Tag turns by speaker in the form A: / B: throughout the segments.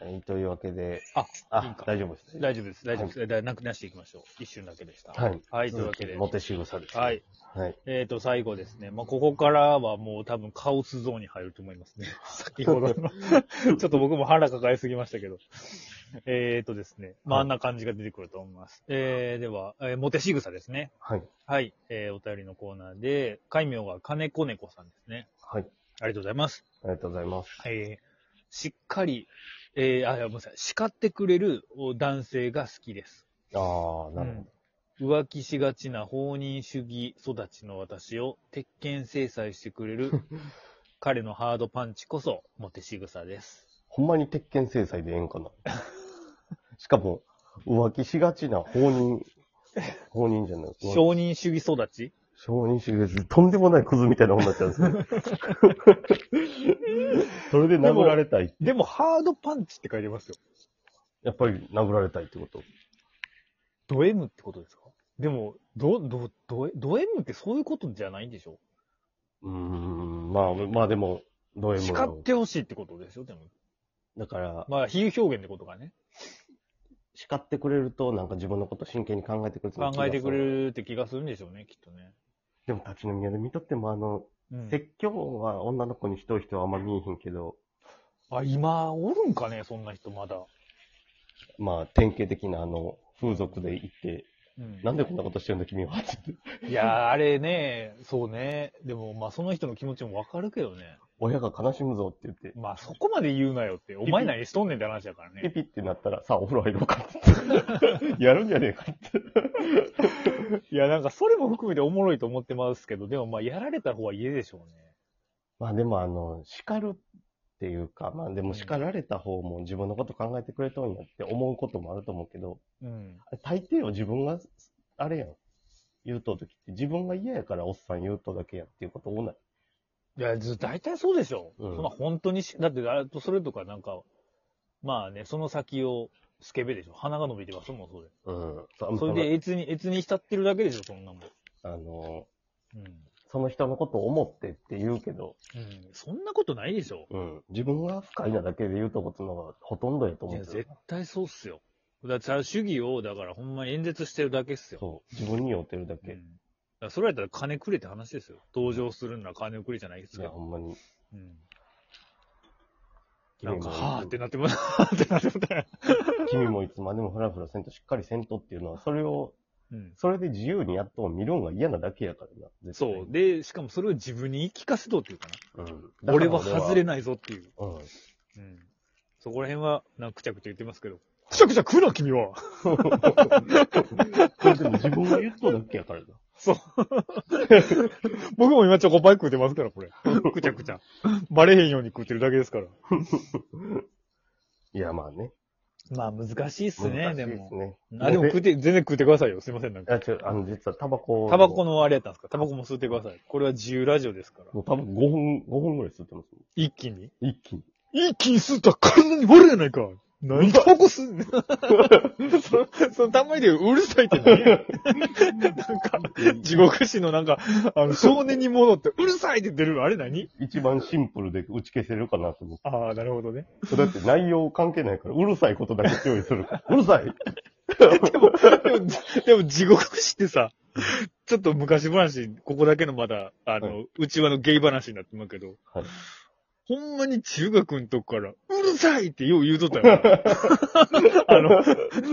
A: はい、というわけで、
B: あ、いいん
A: あ
B: か、
A: 大丈夫ですね。
B: 大丈夫です。大丈夫です。だなくなしていきましょう。一瞬だけでした。
A: はい。
B: はい、というわけで。
A: モテ仕草です、ね。
B: はい。。
A: はい。
B: えっ、と、最後ですね。まあ、ここからはもう多分カオスゾーンに入ると思 いますね。先ほどの。ちょっと僕も腹抱えすぎましたけど。えっ、とですね。まあ、
A: はい
B: あんな感じが出てくると思います。えー、では、えー、モテ仕草ですね。
A: はい。
B: はい。えー、お便りのコーナーで、戒名が金子猫さんですね。
A: はい。
B: ありがとうございます。
A: ありがとうございます。
B: えー、しっかり、えー、あ、ごめんなさい。叱ってくれるお男性が好きです。
A: ああ、なる
B: うん浮気しがちな放任主義育ちの私を鉄拳制裁してくれ る彼のハードパンチこそモテ仕草です。
A: ほど。ほんまに鉄拳制裁でええんかな。 しかも、浮気しがちな放 任、放任じゃない。浮
B: 承認主義育ち
A: 承認主義です。とんでもないクズみたいな女になっちゃうん ですよそれで殴られたい。
B: でもハードパンチって書いてますよ。
A: やっぱり殴られたいってこと。
B: ド M ってことですかでも、ど、ど、ド、ド M ってそういうことじゃないんでしょ
A: うーん、まあ、まあでも、どういうも
B: 叱
A: の
B: ってほしいってことでしょでも。
A: だから、
B: まあ、比喩表現ってことかね。
A: 叱ってくれると、なんか自分のこと真剣に考えてくれそう
B: 考
A: な気が
B: え
A: す
B: てくれるって気がするんでしょうね、きっとね。
A: でも立ち飲み屋で見とっても、あの、
B: うん
A: 説教は女の子にしとう人はあんま見えへんけど、
B: あ、今、おるんかねそんな人まだ。
A: まあ、典型的なあの、風俗で行って、
B: うん
A: なんでこんなことしてるんだ君は、つって。
B: いやー、あれね、そうね。でも、まあ、その人の気持ちもわかるけどね。
A: 親が悲しむぞって言って、
B: まあ、そこまで言うなよって。お前何しとんねんって話だから
A: ピ
B: ね。
A: ピってなったら、さあお風呂入ろうかっ て。やるんじゃねえかって。
B: いや、なんか、それも含めておもろいと思ってますけど、でも、まあ、やられた方は嫌でしょうね。
A: まあでもあの、叱るっていうか、まあでも叱られた方も自分のこと考えてくれとんやって思うこともあると思うけど、
B: うん。
A: 大抵は自分が、あれやん。言うとうときって、自分が嫌やからおっさん言うとうだけやっていうこと多ない。
B: いや、ず大体そうでしょ。
A: うん
B: そんな本当にし、だって、あとそれとかなんか、まあね、その先を、スケベでしょ。鼻が伸びてますもん、それ。
A: うん。
B: それで、越に、越に浸ってるだけでしょ、そんなもん。
A: あの、
B: うん。うん。
A: その人のことを思ってって言うけど、
B: そんなことないでしょ。
A: うん。自分が不快なだけで言うとことのがほとんどやと
B: い
A: 思
B: や、
A: うけ
B: 絶
A: ど。
B: 対そうっすよ。だから、主義を、だから、ほんま演説してるだけっすよ。
A: そう。自分に酔ってるだ
B: うん。だ
A: け。
B: からそれやったら金くれって話ですよ。同情するなら金をくれじゃないです
A: い
B: け
A: や、
B: ど。
A: ほんまに。
B: うん。な
A: 君
B: んか、
A: も
B: はぁってなってます。 はぁってなってます。
A: 君もいつまでもフラフラせんとしっかりせんとっていうのは、それを、
B: うん。
A: それで自由にやっとも見るんが嫌なだけやからな。絶対
B: そう。で、しかもそれを自分に言い聞かせとうっていうか
A: うん。だから
B: な。俺は外れないぞっていう。
A: うん。
B: うん。そこら辺は、なんかくちゃくちゃ言ってますけど。 くちゃくちゃ食うな、君は
A: それでも自分が言うとうだけやからな。
B: そう。僕も今チョコパイ食うてますから、これ。 くちゃくちゃ。バレへんように食ってるだけですから。
A: いや、まあね。
B: まあ難しいっすね、
A: 難し
B: で
A: いです
B: も。
A: ね。
B: あ、でも食って、全然食ってくださいよ。すいません、なんか。
A: あ、違う、あの、実はタバコを。
B: タバコのあれやったんですかタバコも吸ってください。これは自由ラジオですから。
A: もう多分5分、5分ぐらい吸ってますも
B: 一気に
A: ん。一気に。
B: 一気に吸ったら体に悪いやないか何タバコ吸う そそのたまにでうるさいって何やなんか、地獄師のなんか、あの、少年に戻ってうるさいって出るあれ何
A: 一番シンプルで打ち消せるかなと思っ
B: ああ、なるほどね。
A: て。だって内容関係ないから、うるさいことだけ用意する から。うるさい
B: でも、でも、でも地獄師ってさ、ちょっと昔話、ここだけのまだ、あの、
A: は
B: 内輪のゲイ話になってますけど、
A: はい
B: ほんまに中学のとこから、うるさいってよう言うとったよ。あの、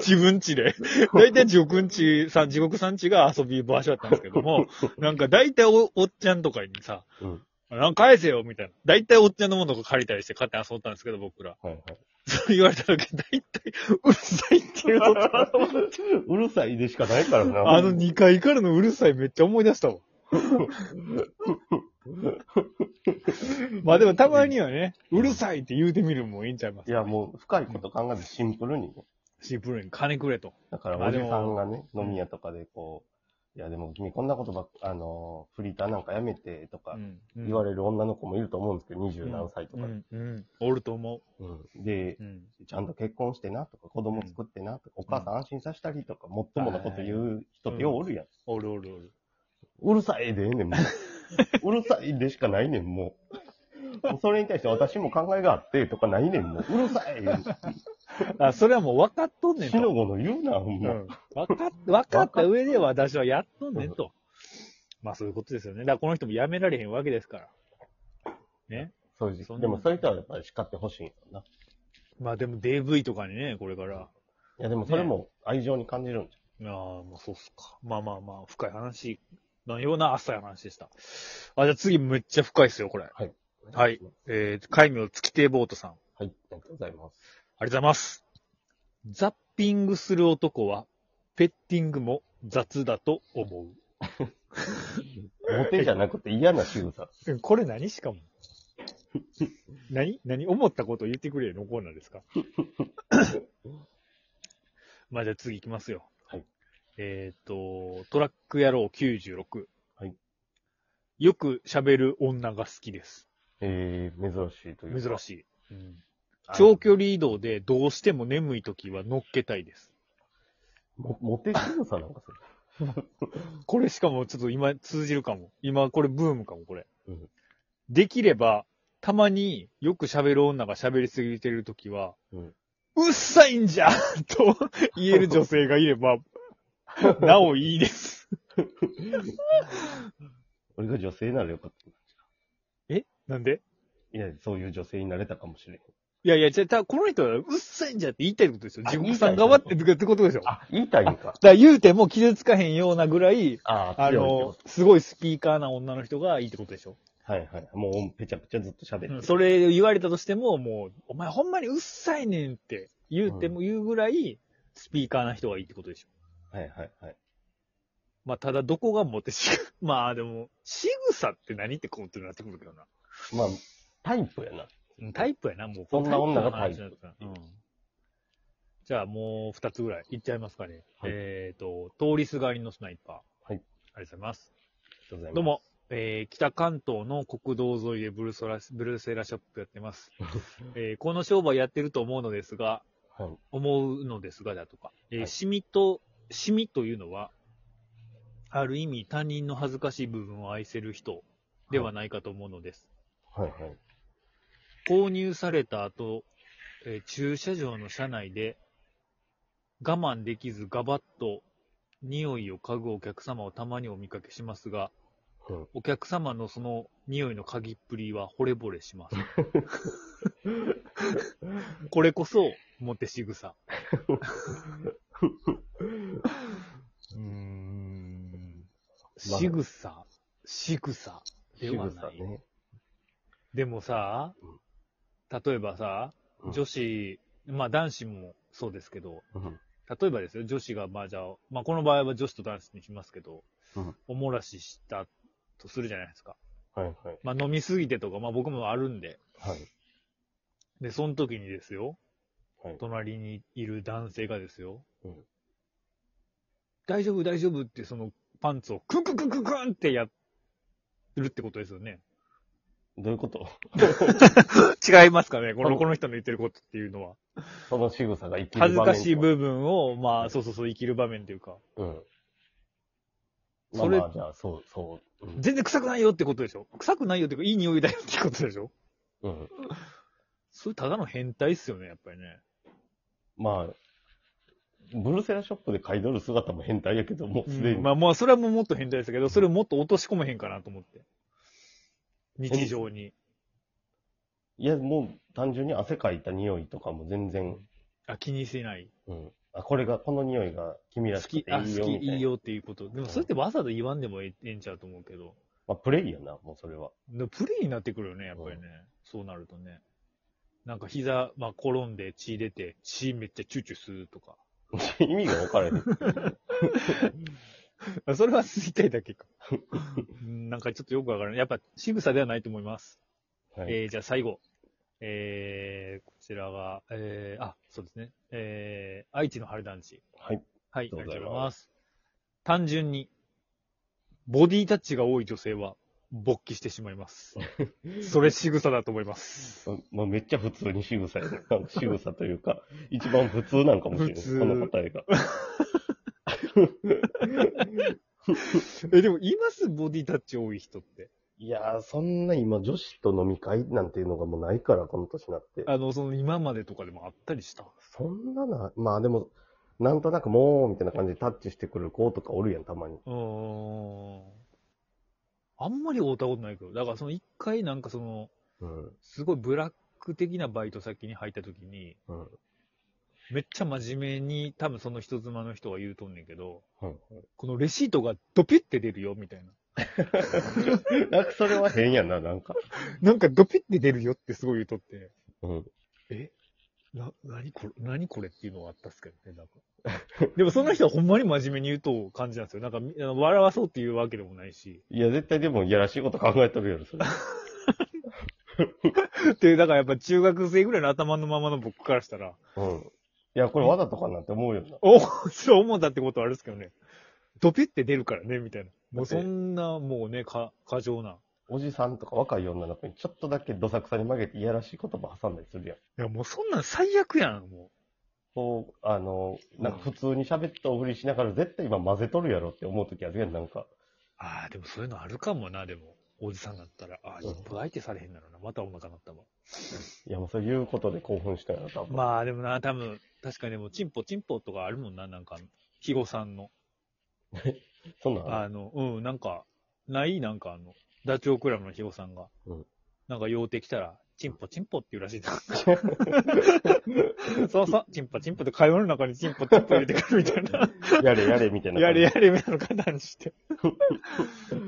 B: 自分家で。だいたい地獄んちさ、地獄さんちが遊び場所だったんですけども、なんかだいたいおおっちゃんとかにさ、
A: うん。
B: なんか返せよみたいな。だいたいおっちゃんのものとか借りたりして買って遊んだんですけど、僕ら。
A: はいはい。
B: そう言われた時、だいたいうるさいって言うとった。
A: うるさいでしかないからな。
B: あの2階からのうるさいめっちゃ思い出したわ。まあでもたまにはね、うるさいって言うてみるのもいいんちゃいま
A: い
B: す
A: や、もう深いこと考えずシンプルにね。
B: シンプルに金くれと。
A: だから
B: まあ
A: おじ
B: でも
A: さんがね、飲み屋とかでこう、いやでも君こんなことばっか、あの、フリーターなんかやめてとか言わ
B: れ
A: れる女の子もいると思うんですけど、二十何歳とか
B: う
A: で。
B: ん、うんおると思
A: うんで
B: う。、うん。
A: ちゃんと結婚してなとか、子供作ってなとか、お母さん安心させたりとか、もっともなこと言う人ってようおるやん。
B: おるおるおる。
A: うるさいでええねん、もう。うるさいでしかないねん、もう。もうそれに対して私も考えがあってとかないねん、もう。うるさ い
B: あ、それはもう分かっとんねん
A: 死の
B: と。
A: 子の言うな、ほん
B: う
A: ま。
B: ん。分かっ、分かった上で私はやっとんねんと。まあそういうことですよね。だからこの人もやめられへんわけですから。
A: そうです
B: そんな
A: でもそういう人はやっぱり叱ってほしいんやろな。
B: まあでも DV とかにね、これから。
A: いや、でもそれも愛情に感じるんじ
B: ああ、まあそうっすか。まあまあまあ、深い話のような浅い話でした。あ、じゃあ次めっちゃ深いっすよ、これ。
A: ゃん。
B: はいえー、海名月亭ボートさん。
A: はい、ありがとうございます。
B: ありがとうございます。ザッピングする男は、ペッティングも雑だと思
A: モテじゃなくて嫌な仕草。
B: う。これ何しかも。 何何思ったことを言ってくれよのコーナーですか まあじゃあ次行きますよ。
A: はい。
B: えっ、と、トラック野郎96。
A: はい。
B: よく喋る女が好きです。
A: えー、珍しいというか。
B: 珍
A: い。
B: しい。うん、長距
A: 離。
B: 離移動でどうしても眠い時は乗っけたいです。
A: もモテ仕草なんかそれ。
B: これしかもちょっと今通じるかも。今これブームかも、これ。
A: うん
B: できれば、たまによく喋る女が喋りすぎてるときは、
A: うん
B: うっさいん じゃと言える女性がい れば、なおいいです。
A: 俺が女性ならよかっ
B: なんで
A: た。いや、そういう女性になれたかもしれん。
B: いやいや、じゃあたこの人はうっさいんじゃって言いたいってことですよ。
A: あ
B: 自分さん側ってってことでしょ。だか
A: あ、言いたいんか。
B: ら言うても傷つかへんようなぐらい、
A: あー強い
B: あ
A: って
B: の
A: こ、
B: すごいスピーカーな女の人がいいってことでしょ。
A: とはいはい。もう、ぺちゃくちゃずっと喋ってる、
B: それを言われたとしても、もう、お前ほんまにうっさいねんって言うても言うぐらい、スピーカーな人がいいってことでしょ。
A: はいはいはい。
B: まあ、ただどこがモテし、 まあでも、仕草って何ってことになってくるけどな。
A: まあ、タイプやな。
B: うんタイプやな、もう。
A: そんな女がタイプ
B: プの話になってくるうん。じゃあもう二つぐらいいっちゃいますかね。
A: はい
B: えっ、と、通りすがりのスナイパ
A: はい。
B: ー。ありがとうございます。
A: どう
B: どうも、えー、北関東の国道沿いでブルソラブルーセラショップやっ てます。えー、この商売やってると思うのですが、
A: も。はい。
B: 思うのですがだとか、えー
A: はい
B: シミと、シミというのは、ある意味他人の恥ずかしい部分を愛せる人ではないかと思うのです。
A: はいはい。
B: 購入された後、えー駐車場の車内で我慢できずガバッと匂いを嗅ぐお客様をたまにお見かけしますが、
A: うん
B: お客様のその匂いの嗅ぎっぷりは惚れ惚れ します。これこそ、モテ仕草。うーん。
A: まあ
B: 仕草、仕草ではない。
A: 仕草ね。
B: でもさ、例えばさ、
A: うん
B: 女子、まあ男子もそうですけど、
A: うん
B: 例えばですよ、女子がまあじゃあ、まあこの場合は女子と男子にしますけど、
A: うん
B: おもらししたとするじゃないですか。
A: はいはい。
B: まあ飲みすぎてとか、まあ僕もあるんで。
A: はい。
B: で、その時にですよ、
A: はい。
B: 隣にいる男性がですよ、
A: うん
B: 大丈夫大丈夫ってそのパンツをクンクンクンクンクンってやるってことですよね。
A: どういうこと
B: 違いますかねこ
A: 多
B: の、
A: 分
B: この人の言ってることっていうのは。
A: その仕草が生きる
B: 恥ず
A: 場面
B: かしい部分を、まあ、そうそうそう、生きる場面というか。
A: うん。まあ
B: それ
A: まあ、じゃあ、そう、そう。うん
B: 全然臭くないよってことでしょ臭くないよっていうか、いい匂いだよってことでしょ
A: うん。
B: それただの変態っすよね、やっぱりね。
A: まあ、ブルセラショップで買い取る姿も変態やけど、もうすで
B: うん
A: に。
B: まあまあ、それはもうもっと変態ですけど、それをもっと落とし込めへんかなと思って。日常に。
A: いや、もう単純に汗かいた匂いとかも全然、
B: あ、気にせない。
A: うん。あ、これが、この匂いが君ら
B: 好
A: しく
B: き、
A: て
B: あ、
A: いいよ
B: 好
A: みた
B: き、いい
A: いな。
B: よっていうこと。でも、それってわざと言わんでもえええんちゃうと思うけど。
A: まあ、プレイやな、もうそれは。
B: でプレイになってくるよね、やっぱりね。そうなるとね。なんか膝、まあ、転んで血出て、血めっちゃチューチューするとか。
A: 意味が分 からへん。
B: あ それは吸いたいだけか。 うんなんかちょっとよくわからない。やっぱ仕草ではないと思います。
A: はい。
B: えー、じゃあ最後。えー、こちらが、えー、あ、そうですね。えー、愛知の春団地。
A: はい。
B: はい、あ
A: あり
B: りが
A: が
B: と
A: と
B: う
A: う
B: ご
A: ござい
B: ざいま。
A: ます
B: 単純に、ボディタッチが多い女性は、勃起してしまい ます。それ仕草だと思います。
A: まあ、めっちゃ普通に仕草やね。なんか仕草というか、一番普通なんかもしれな
B: 普
A: い。
B: 通
A: この答えが。
B: え、でもいますボディタッチ多い人って。
A: いやー、そんな今女子と飲み会なんていうのがもうないから、この年になって。
B: あの、その今までとかでもあったりした。
A: そんなな、まあでも、なんとなくもう、みたいな感じでタッチしてくる子とかおるやん、たまに。
B: うーん。あんまり会うたことないけど、だからその一回なんかその、
A: うん。
B: すごいブラック的なバイト先に入った時に、
A: うん。
B: めっちゃ真面目に多分その人妻の人が言うとんねんけど、
A: うん
B: このレシートがドピって出るよ、みたいな。
A: なんかそれは変やな、なんか。
B: なんかドピって出るよってすごい言うとって、
A: うん。
B: な、なにこれ、なにこれっていうのがあったっすけどね、なんか。 でもその人はほんまに真面目に言うと感じなんですよ。なんかみ、あの笑わそうっていうわけでもないし。
A: いや、絶対でも、いやらしいこと考えとるやろ、 それ。
B: で、だからやっぱ中学生ぐらいの頭のままの僕からしたら、
A: うん。いや、これわざとかなって思うよな。
B: おそう思ったってことはあれですけどね。ドピって出るからね、みたいな。もう
A: だって
B: そんな、もうね、か、過剰な。
A: おじさんとか若い女の子にちょっとだけどさくさに曲げていやらしい言葉挟んだりするやん。
B: いや、もうそんなん最悪やん、も
A: そう、あの、なんか普通に喋ったおふりしながら絶対今混ぜとるやろって思うときあるやん、なんか。
B: う。ああ、でもそういうのあるかもな、でも。おじさんだったら。ああ、
A: うん
B: いっぱい相手されへんだろうな。またお腹鳴ったわ。
A: いや、もうそういうことで興奮したやろ、多分。
B: まあでもな、多分、確かにでも、チンポチンポとかあるもんな、なんか、肥後さんの。
A: そんなんある
B: あの、うん、なんか、ない、なんかあの、ダチョウ倶楽部の肥後さんが。
A: うん
B: なんか、用てきたら、チンポチンポって言うらし いな。そうそう、チンポチンポって会話の中にチンポチンポ入れてくるみたいな。
A: やれやれ、みたいな。
B: やれや。れみたいな方に して。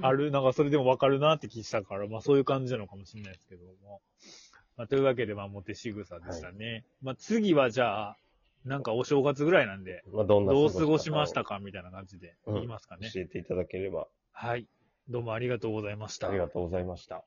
B: ある、なんかそれでもわかるなって気したから、まあそういう感じなのかもしれないですけども。まあというわけで、まあモテ仕草でしたね。まあ次はじゃあ、なんかお正月ぐらいなんで、
A: まあ、どんな
B: どう過ごしまし
A: か
B: たかみたいな感じで言いますかね。
A: 教えていただければ。
B: はい。どうもありがとうございました。
A: ありがとうございました。